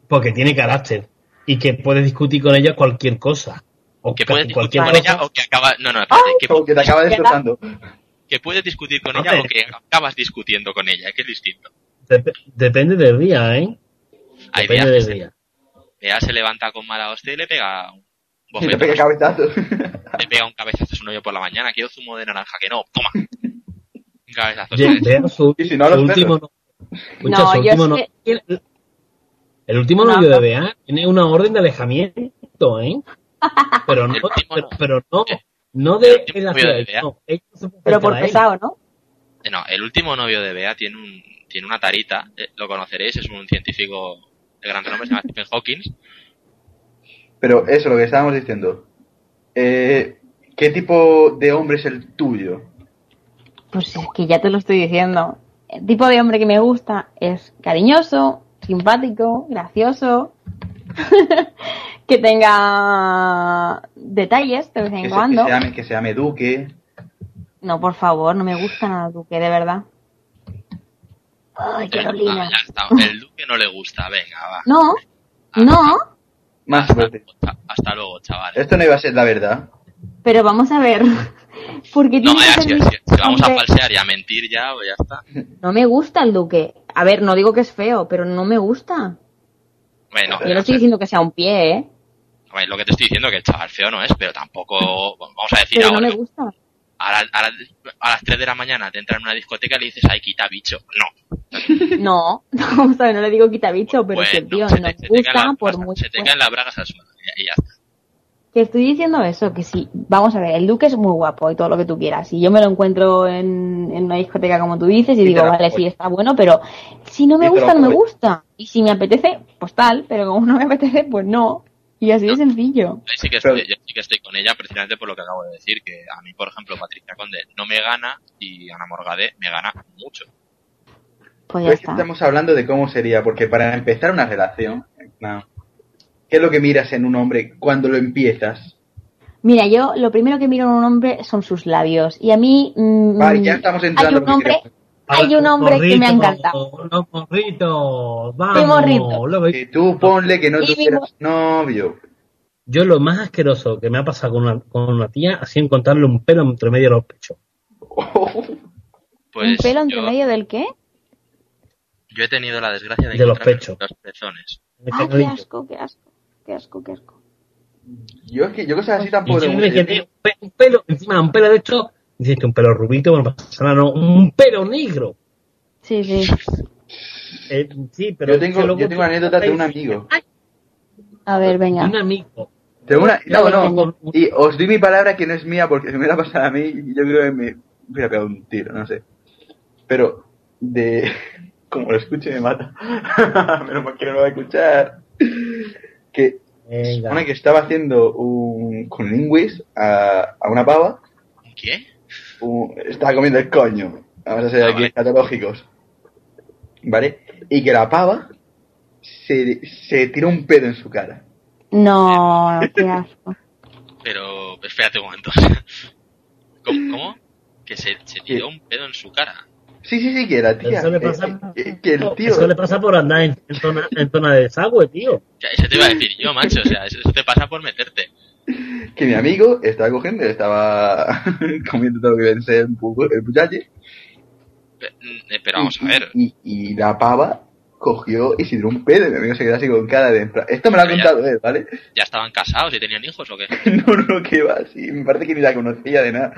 Speaker 3: Porque tiene carácter. Y que puedes discutir con ella cualquier cosa. O
Speaker 2: Que
Speaker 3: ca-
Speaker 2: puedes discutir
Speaker 3: cualquier
Speaker 2: con
Speaker 3: cosa.
Speaker 2: ella o que acaba. No, no, espérate. Que,
Speaker 1: Como que te acaba destrozando.
Speaker 2: que puedes discutir con
Speaker 3: No,
Speaker 2: ella o
Speaker 3: pero-
Speaker 2: que acabas discutiendo con ella, que es distinto.
Speaker 3: Dep- depende del día, ¿eh?
Speaker 2: Hay
Speaker 3: depende
Speaker 2: veas que
Speaker 3: del
Speaker 2: se-
Speaker 3: día.
Speaker 2: Bea se levanta con mala hostia y le pega un
Speaker 1: Y te
Speaker 2: bofetón.
Speaker 1: pega cabezazos.
Speaker 2: le pega un cabezazo a su novio por la mañana. Quiero zumo de naranja, que no, toma. Un cabezazo.
Speaker 3: Ye-
Speaker 2: ¿sabes?
Speaker 3: vea su,
Speaker 1: Y si no, a los
Speaker 3: su último no- Escucha,
Speaker 6: No,
Speaker 3: su
Speaker 6: yo
Speaker 3: último
Speaker 6: es
Speaker 3: no-
Speaker 6: que-
Speaker 3: tiene- El último
Speaker 6: No,
Speaker 3: novio
Speaker 6: no.
Speaker 3: de Bea tiene una orden de alejamiento, ¿eh? Pero no,
Speaker 2: El último
Speaker 3: pero,
Speaker 2: no.
Speaker 3: pero no,
Speaker 2: Eh,
Speaker 3: no
Speaker 2: el
Speaker 3: de
Speaker 2: último
Speaker 3: él
Speaker 2: novio
Speaker 3: hacia
Speaker 2: de
Speaker 3: él,
Speaker 2: Bea.
Speaker 3: no, ella no se puede
Speaker 6: Pero
Speaker 3: acercar
Speaker 6: por
Speaker 3: a él.
Speaker 6: pesado, ¿no?
Speaker 2: Eh, No, el último novio de Bea tiene un tiene una tarita, eh, lo conoceréis, es un científico de gran renombre, se llama Stephen Hawking.
Speaker 1: Pero eso, lo que estábamos diciendo. Eh, ¿Qué tipo de hombre es el tuyo?
Speaker 6: Pues es que ya te lo estoy diciendo. El tipo de hombre que me gusta es cariñoso, simpático, gracioso, que tenga detalles de vez en
Speaker 1: que, se,
Speaker 6: cuando.
Speaker 1: que se llame, que se llame Duque.
Speaker 6: No, por favor, no me gusta nada Duque, de verdad. Ay,
Speaker 2: Ya está,
Speaker 6: Carolina.
Speaker 2: Ah, ya está. El Duque no le gusta, venga, va.
Speaker 6: No,
Speaker 2: Ah,
Speaker 6: no,
Speaker 1: Más
Speaker 2: Hasta,
Speaker 1: fuerte.
Speaker 2: luego, cha- hasta luego, chavales.
Speaker 1: Esto no iba a ser la verdad.
Speaker 6: pero vamos a ver. Porque
Speaker 2: No,
Speaker 6: tiene
Speaker 2: ya,
Speaker 6: que
Speaker 2: si,
Speaker 6: ser-
Speaker 2: si- si vamos a
Speaker 6: Hombre,
Speaker 2: falsear y a mentir ya, pues ya está.
Speaker 6: No me gusta el Duque. A ver, no digo que es feo, pero no me gusta.
Speaker 2: Bueno,
Speaker 6: Yo no estoy diciendo que sea un pie, ¿eh?
Speaker 2: a ver, lo que te estoy diciendo es que el chaval feo no es, pero tampoco. bueno, Vamos a decir
Speaker 6: Pero no
Speaker 2: ahora.
Speaker 6: me gusta.
Speaker 2: ahora- ahora- a las 3 de la mañana te entras en una discoteca y le dices, ay, quita bicho. No.
Speaker 6: No, vamos a ver, no le digo quita bicho, pero
Speaker 2: Pues
Speaker 6: si el
Speaker 2: no,
Speaker 6: tío
Speaker 2: se
Speaker 6: no
Speaker 2: te-
Speaker 6: nos
Speaker 2: se te
Speaker 6: gusta,
Speaker 2: caen las-
Speaker 6: por
Speaker 2: se-
Speaker 6: mucho.
Speaker 2: Se te caen las bragas al suelo. Y, y ya está.
Speaker 6: Que estoy diciendo eso, que sí. Vamos a ver, el Duque es muy guapo y todo lo que tú quieras. Y yo me lo encuentro en, en una discoteca, como tú dices, y
Speaker 1: Y te
Speaker 6: digo,
Speaker 1: la
Speaker 6: vale,
Speaker 1: apoyo.
Speaker 6: sí, está bueno, pero si no me
Speaker 1: Y te la
Speaker 6: gusta, no me
Speaker 1: apoyo.
Speaker 6: gusta. Y si me apetece, pues tal, pero como no me apetece, pues no. Y así de
Speaker 2: Yo-
Speaker 6: sencillo.
Speaker 2: Ahí sí que
Speaker 1: Pero-
Speaker 2: estoy, yo sí que estoy con ella precisamente por lo que acabo de decir, que a mí, por ejemplo, Patricia Conde no me gana y Ana Morgade me gana mucho.
Speaker 1: Pero es
Speaker 6: Pues ya
Speaker 1: que este
Speaker 6: está.
Speaker 1: estamos hablando de cómo sería, porque para empezar una relación, en plan, ¿qué es lo que miras en un hombre cuando lo empiezas?
Speaker 6: Mira, yo lo primero que miro en un hombre son sus labios. Y a mí. mm,
Speaker 1: Vale, ya estamos entrando
Speaker 6: hay
Speaker 1: en
Speaker 6: un
Speaker 1: lo que
Speaker 6: hombre,
Speaker 1: quería-
Speaker 6: hay un hombre que me ha encantado.
Speaker 5: Los morritos,
Speaker 6: Sí,
Speaker 5: vamos.
Speaker 6: morrito.
Speaker 5: Luego-
Speaker 1: Que tú ponle que no
Speaker 6: Y
Speaker 1: tuvieras novio.
Speaker 5: Yo lo más asqueroso que me ha pasado con una, con una tía ha sido encontrarle un pelo entre medio de los pechos.
Speaker 2: Pues
Speaker 6: ¿Un pelo entre
Speaker 2: yo,
Speaker 6: medio del qué?
Speaker 2: yo he tenido la desgracia de,
Speaker 5: De los
Speaker 2: encontrarme
Speaker 5: pechos.
Speaker 2: los pezones.
Speaker 5: Me
Speaker 3: este
Speaker 6: Ah,
Speaker 5: cago
Speaker 6: qué
Speaker 5: en-
Speaker 6: asco, qué asco. Qué asco, qué asco.
Speaker 1: Yo es que yo cosas así
Speaker 5: Y
Speaker 1: tampoco
Speaker 5: si
Speaker 1: tengo
Speaker 5: ves que
Speaker 1: mucho
Speaker 5: tiene un pe- un pelo, encima un pelo de esto, dices que un pelo rubito, bueno, pasa nada, no, un pelo negro.
Speaker 6: Sí, sí.
Speaker 5: Eh, sí, pero
Speaker 1: Yo tengo-
Speaker 5: que luego
Speaker 1: yo tengo
Speaker 5: tú-
Speaker 1: anécdotas de un amigo.
Speaker 5: Ay,
Speaker 6: A ver,
Speaker 5: de
Speaker 6: venga.
Speaker 5: un amigo.
Speaker 1: Tengo una- no,
Speaker 6: Yo
Speaker 1: no,
Speaker 5: tengo-
Speaker 1: Y os doy mi palabra que no es mía, porque si me la pasara a mí, yo creo que me hubiera pegado un tiro, no sé. Pero, de. Como lo escuche, me mata. Menos mal que no lo va a escuchar. Que
Speaker 5: Venga.
Speaker 1: supone que estaba haciendo un. con lingüis a, a una pava.
Speaker 2: ¿Qué?
Speaker 1: un- estaba comiendo el coño. Vamos a ser
Speaker 2: Ah,
Speaker 1: aquí
Speaker 2: vale.
Speaker 1: escatológicos. ¿Vale? Y que la pava se, se tiró un pedo en su cara.
Speaker 6: mm, No, qué asco.
Speaker 2: Pero espérate un momento. ¿Cómo? cómo? Que se, se tiró un pedo en su cara.
Speaker 1: Sí, sí, sí, que la tía.
Speaker 5: Eso le
Speaker 1: eh,
Speaker 5: pasa-
Speaker 1: eh, que el tío.
Speaker 5: Eso le pasa por andar en, en zona, en zona de desagüe, tío.
Speaker 2: O sea, eso te iba a decir yo, macho. O sea, eso, eso te pasa por meterte.
Speaker 1: que mi amigo estaba cogiendo, estaba comiendo todo lo que vence el pu- el muchacho.
Speaker 2: Pe- mm, eh, Pero vamos a ver.
Speaker 1: Y, y- y la pava cogió y se tiró un pedo. Y mi amigo se quedó así con cara de. en plan, Esto me lo ha
Speaker 2: Pero ya-
Speaker 1: contado él, ¿vale?
Speaker 2: ¿Ya estaban casados y tenían hijos o qué?
Speaker 1: no, no, que va así. Me parece que ni la conocía de nada.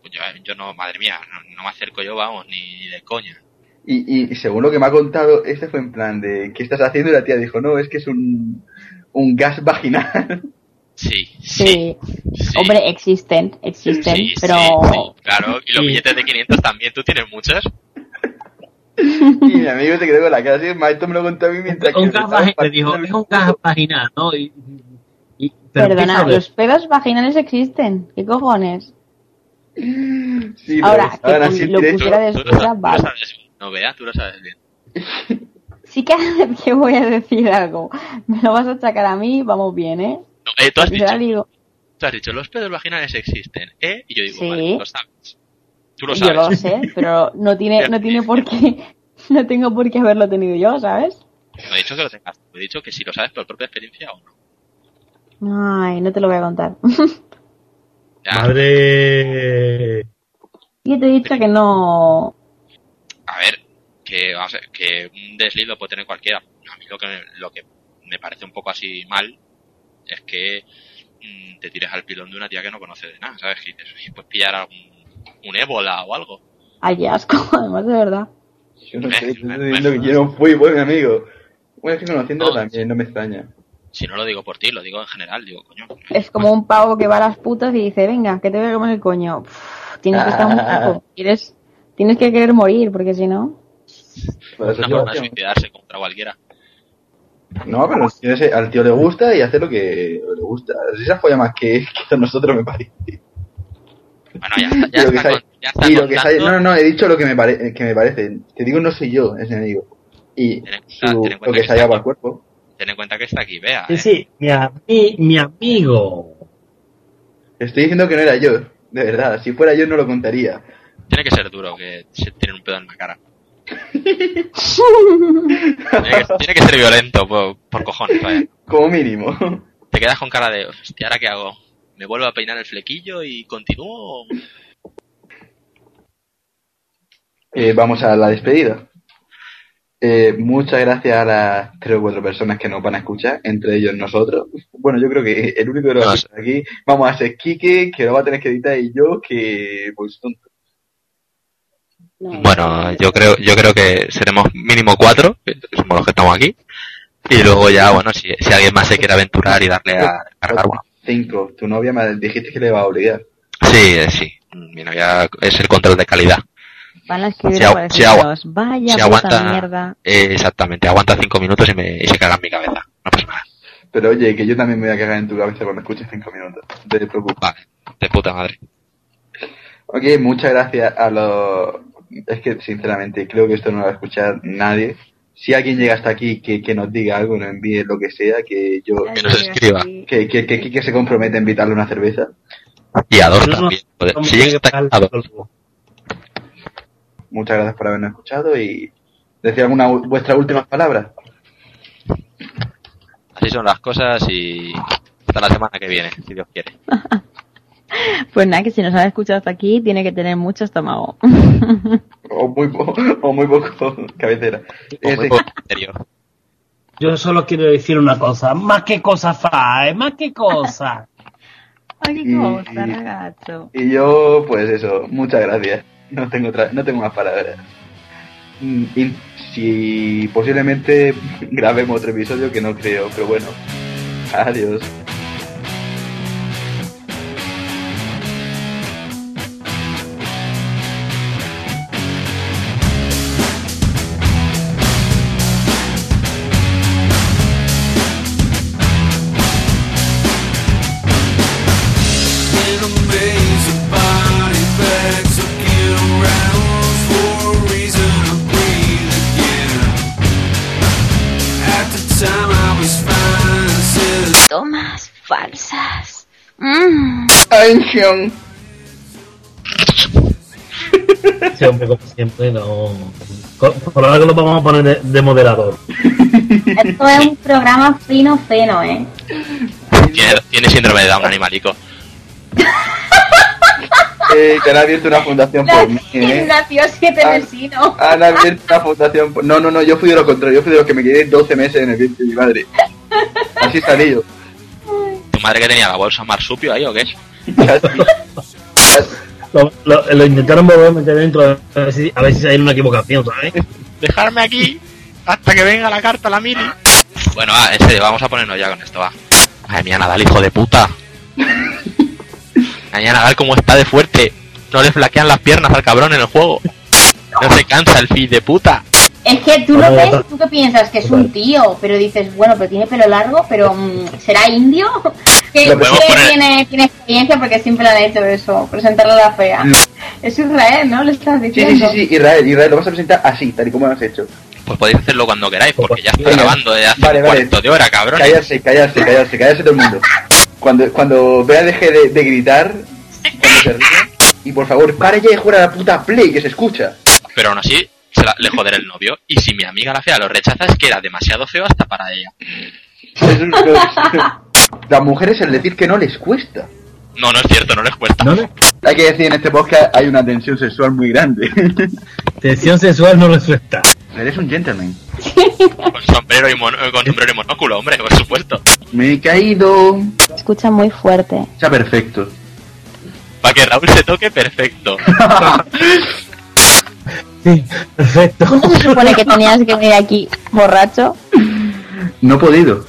Speaker 2: Pues yo, yo no, madre mía, no, no me acerco yo, vamos, ni, ni de coña.
Speaker 1: Y, y según lo que me ha contado, este fue en plan de. ¿Qué estás haciendo? Y la tía dijo, no, es que es un. Un gas vaginal.
Speaker 2: Sí, sí.
Speaker 6: Sí.
Speaker 2: sí.
Speaker 6: Hombre, eh, existen, existen,
Speaker 2: Sí,
Speaker 6: pero
Speaker 2: sí, sí, claro. Y los
Speaker 5: Sí.
Speaker 2: billetes de 500 también, ¿tú tienes muchos?
Speaker 1: y mi amigo se quedó con la cara así. "Ma, Esto me lo contó a mí mientras que.
Speaker 5: Un
Speaker 1: me
Speaker 5: gas
Speaker 1: estaba
Speaker 5: vagi- le dijo,
Speaker 1: partiendo el
Speaker 5: es un
Speaker 1: culo".
Speaker 5: gas vaginal, ¿no? Y, y- pero empieza
Speaker 6: perdona,
Speaker 5: a ver.
Speaker 6: los pedos vaginales existen. ¿Qué cojones?
Speaker 1: Sí,
Speaker 6: Ahora,
Speaker 1: lo estaban
Speaker 6: que
Speaker 1: así
Speaker 6: lo
Speaker 1: directo.
Speaker 2: Tú,
Speaker 6: Fuera de
Speaker 2: tú lo,
Speaker 6: excusa,
Speaker 2: sabes- tú lo
Speaker 6: vale.
Speaker 2: sabes bien, no vea, tú lo sabes bien.
Speaker 6: Sí que, que voy a decir algo. Me lo vas a achacar a mí, vamos bien, ¿eh?
Speaker 2: No, eh, tú, has
Speaker 6: Yo
Speaker 2: dicho,
Speaker 6: ya digo,
Speaker 2: tú has dicho, los pedos vaginales existen, ¿eh? Y yo digo,
Speaker 6: Sí.
Speaker 2: vale, lo sabes. Tú lo
Speaker 6: yo
Speaker 2: sabes.
Speaker 6: lo sé, pero no tiene, no tiene por qué, no tengo por qué haberlo tenido yo, ¿sabes?
Speaker 2: No he dicho que lo tengas, he dicho que si lo sabes por propia experiencia o no.
Speaker 6: Ay, no te lo voy a contar.
Speaker 2: Ya,
Speaker 5: Madre.
Speaker 6: Yo te he dicho que no.
Speaker 2: A ver, que, vamos a ver, que un desliz lo puede tener cualquiera. A mí lo que, lo que me parece un poco así mal es que mm, te tires al pilón de una tía que no conoce de nada, ¿sabes? Que dices, "Oye, pues pillar algún, un ébola o algo.
Speaker 6: Ay, asco, además de verdad.
Speaker 1: Yo no sé, te estoy diciendo que yo no fui buen amigo. Bueno, es que conociéndolo también, no me extraña.
Speaker 2: Si no lo digo por ti, lo digo en general, digo, coño.
Speaker 6: Es como un pavo que va a las putas y dice, venga, que te voy a comer el coño. Uf, tienes que estar muy
Speaker 2: Ah.
Speaker 6: loco. Quieres, tienes que querer morir, porque si no.
Speaker 1: Para
Speaker 2: una
Speaker 1: eso
Speaker 2: forma de
Speaker 1: Pues yo-
Speaker 2: suicidarse contra cualquiera.
Speaker 1: No, pero si ese- al tío le gusta y hace lo que le gusta. Si se apoya más que, que a nosotros, me parece.
Speaker 2: Bueno, ya está, ya
Speaker 1: Y lo que
Speaker 2: está,
Speaker 1: sale-
Speaker 2: con- ya está
Speaker 1: y lo que sale-
Speaker 2: contando.
Speaker 1: no, no, he dicho lo que me, pare- que me parece. Te digo, no soy yo, ese enemigo. Y
Speaker 2: Ten en cuenta-
Speaker 1: su-
Speaker 2: ten
Speaker 1: lo
Speaker 2: en cuenta
Speaker 1: que
Speaker 2: que
Speaker 1: se ha llevado
Speaker 2: está-
Speaker 1: al cuerpo.
Speaker 2: eh. Ten en cuenta que está aquí, vea.
Speaker 5: Sí, sí, mi, ami- mi amigo.
Speaker 1: Estoy diciendo que no era yo, de verdad. Si fuera yo no lo contaría.
Speaker 2: Tiene que ser duro que se tiene un pedo en la cara. tiene, que, tiene que ser violento, por, por cojones, vaya.
Speaker 1: Como mínimo.
Speaker 2: Te quedas con cara de, hostia, ¿ahora qué hago? ¿Me vuelvo a peinar el flequillo y continúo?
Speaker 1: Eh, vamos a la despedida. Eh, muchas gracias a las tres o cuatro personas que nos van a escuchar, entre ellos nosotros. Bueno, yo creo que el único que lo va a hacer aquí, vamos a ser Quique, que lo va a tener que editar, y yo, que pues tonto.
Speaker 2: Bueno, yo creo, yo creo que seremos mínimo cuatro, que somos los que estamos aquí. Y luego ya, bueno, si, si alguien más se quiere aventurar y darle Eh, a cargar, bueno.
Speaker 1: Cinco, tu novia me dijiste que le va a obligar.
Speaker 2: Sí, eh, sí, mi novia es el control de calidad.
Speaker 4: Van a escribir si, si agua- Vaya
Speaker 2: si
Speaker 4: puta
Speaker 2: aguanta,
Speaker 4: mierda.
Speaker 2: eh, exactamente, aguanta cinco minutos y, me, y se caga en mi cabeza. No pasa nada.
Speaker 1: Pero oye, que yo también me voy a cagar en tu cabeza cuando escuches cinco minutos. No te preocupes.
Speaker 2: Vale, de puta madre.
Speaker 1: Ok, muchas gracias a los... Es que, sinceramente, creo que esto no lo va a escuchar nadie. Si alguien llega hasta aquí, que, que nos diga algo, nos envíe lo que sea, que yo...
Speaker 2: Que nos escriba.
Speaker 1: Que, que, que, Quique se compromete a invitarle una cerveza.
Speaker 2: Y a dos
Speaker 3: No, no,
Speaker 2: también. joder.
Speaker 3: vamos
Speaker 2: Si
Speaker 3: a
Speaker 2: llega hasta
Speaker 3: llegar
Speaker 2: a dos.
Speaker 3: al polvo.
Speaker 1: Muchas gracias por habernos escuchado y... Decir alguna u- vuestras últimas palabras.
Speaker 2: Así son las cosas y hasta la semana que viene, si Dios quiere.
Speaker 4: Pues nada, que si nos han escuchado hasta aquí, tiene que tener mucho estómago.
Speaker 1: O muy, po- o muy poco cabecera.
Speaker 2: Con
Speaker 1: Eh,
Speaker 2: muy
Speaker 1: sí.
Speaker 2: poco criterio.
Speaker 3: Yo solo quiero decir una cosa, más que cosa fae, más que cosa.
Speaker 4: Ay, qué
Speaker 1: Y-
Speaker 4: cosa,
Speaker 1: y-
Speaker 4: ragazzo.
Speaker 1: Y yo, pues eso, muchas gracias. No tengo otra- no tengo más palabras. Mm, y si posiblemente grabemos otro episodio que no creo, pero bueno. Adiós.
Speaker 4: Tomas falsas. Mm.
Speaker 5: Ese hombre, como siempre, no. Por por ahora que lo vamos a poner de, de moderador.
Speaker 6: Esto es un programa fino, fino, ¿eh?
Speaker 2: Tiene, tiene síndrome de Down animalico.
Speaker 1: Eh, que han abierto una fundación por mí, ¿eh?
Speaker 6: Ignacio Siete
Speaker 1: Ah.
Speaker 6: Vecino.
Speaker 1: Han abierto una fundación por... No, no, no, yo fui de lo contrario. Yo fui de los que me quedé 12 meses en el vientre de mi madre. Así salí yo.
Speaker 2: ¿Tu madre que tenía la bolsa marsupio ahí o qué?
Speaker 1: Casi.
Speaker 5: Lo, lo- lo intentaron volver a meter dentro, a ver si, a ver si hay una equivocación, ¿sabes?
Speaker 2: Dejarme aquí hasta que venga la carta, la mili. Bueno, va, en serio, vamos a ponernos ya con esto, va. Madre mía, Nadal, hijo de puta. Madre mía, Nadal, cómo está de fuerte. No le flaquean las piernas al cabrón en el juego. No se cansa el fin de puta.
Speaker 6: Es que tú lo
Speaker 5: Vale,
Speaker 6: ves,
Speaker 5: vale.
Speaker 6: tú que piensas que es un
Speaker 5: Vale.
Speaker 6: tío, pero dices, bueno, pero tiene pelo largo, pero mm, ¿será indio? Que
Speaker 1: Lo
Speaker 2: podemos
Speaker 6: que
Speaker 2: poner-
Speaker 6: tiene, tiene experiencia porque siempre le han hecho eso, presentarle a la fea. Es Israel, ¿no? Le estás
Speaker 1: Sí, sí, sí,
Speaker 6: diciendo.
Speaker 1: sí, Israel, Israel, lo vas a presentar así, tal y como lo has hecho.
Speaker 2: Pues podéis hacerlo cuando queráis, porque ya está
Speaker 1: Venga.
Speaker 2: grabando desde hace
Speaker 1: Vale,
Speaker 2: un
Speaker 1: vale.
Speaker 2: cuarto de hora, cabrón.
Speaker 1: Callarse, callarse, callarse, callarse todo el mundo. Cuando, cuando Bea deje de, de gritar, cuando se ríe, y por favor, pare ya de jugar a la puta play que se escucha.
Speaker 2: Pero aún así, se la- le joderé el novio. Y si mi amiga la fea lo rechaza, es que era demasiado feo hasta para ella.
Speaker 1: Eso es lo que- Las mujeres el decir que no les cuesta.
Speaker 2: No, no es cierto, no les cuesta.
Speaker 5: No, no.
Speaker 1: Hay que decir, en este podcast hay una tensión sexual muy grande.
Speaker 5: Tensión sexual no resulta.
Speaker 1: Eres un gentleman.
Speaker 2: Con sombrero y, mono- eh, con sombrero y monóculo, hombre, por supuesto.
Speaker 1: Me he caído.
Speaker 4: Se Escucha muy fuerte.
Speaker 1: Está perfecto.
Speaker 2: Para que Raúl se toque, perfecto.
Speaker 5: Sí, perfecto.
Speaker 4: ¿Tú no se supone que tenías que venir aquí borracho?
Speaker 1: No he podido.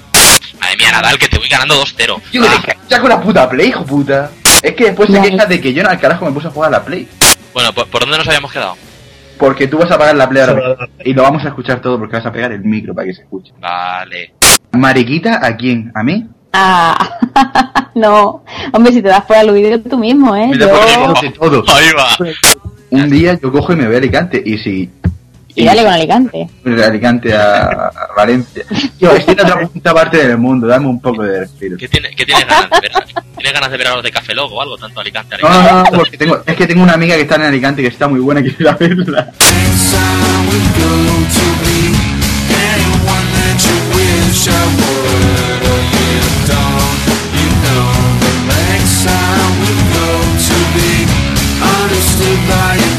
Speaker 2: Madre mía, Nadal, que te voy ganando 2-0.
Speaker 1: Yo que te ya con la puta play, hijo puta. Es que después se
Speaker 4: Vale.
Speaker 1: quejas de que yo no al carajo me puse a jugar a la play.
Speaker 2: Bueno, ¿por, por dónde nos habíamos quedado?
Speaker 1: Porque tú vas a apagar la play ahora.
Speaker 5: Sobre la-
Speaker 1: Y lo vamos a escuchar todo porque vas a pegar el micro para que se escuche.
Speaker 2: Vale.
Speaker 1: ¿Mariquita a quién? ¿A mí?
Speaker 4: Ah, no. Hombre, si te das por aludido tú mismo, ¿eh?
Speaker 1: Me da
Speaker 4: Yo...
Speaker 1: Pues- por aludido. de todo.
Speaker 2: Ahí va.
Speaker 1: Un día yo cojo y me voy a Alicante y si
Speaker 6: Y dale con Alicante.
Speaker 1: De Alicante a, a Valencia. Yo estoy en otra puta parte del mundo, dame un poco de respiro.
Speaker 2: ¿Qué tiene, qué tiene ganas de ver? ¿Tiene ganas de ver a los de Café Logo o algo? Tanto Alicante,
Speaker 1: No, no,
Speaker 2: Alicante.
Speaker 1: no, porque tengo, es que tengo una amiga que está en Alicante que está muy buena que quiero verla.
Speaker 7: Understood by your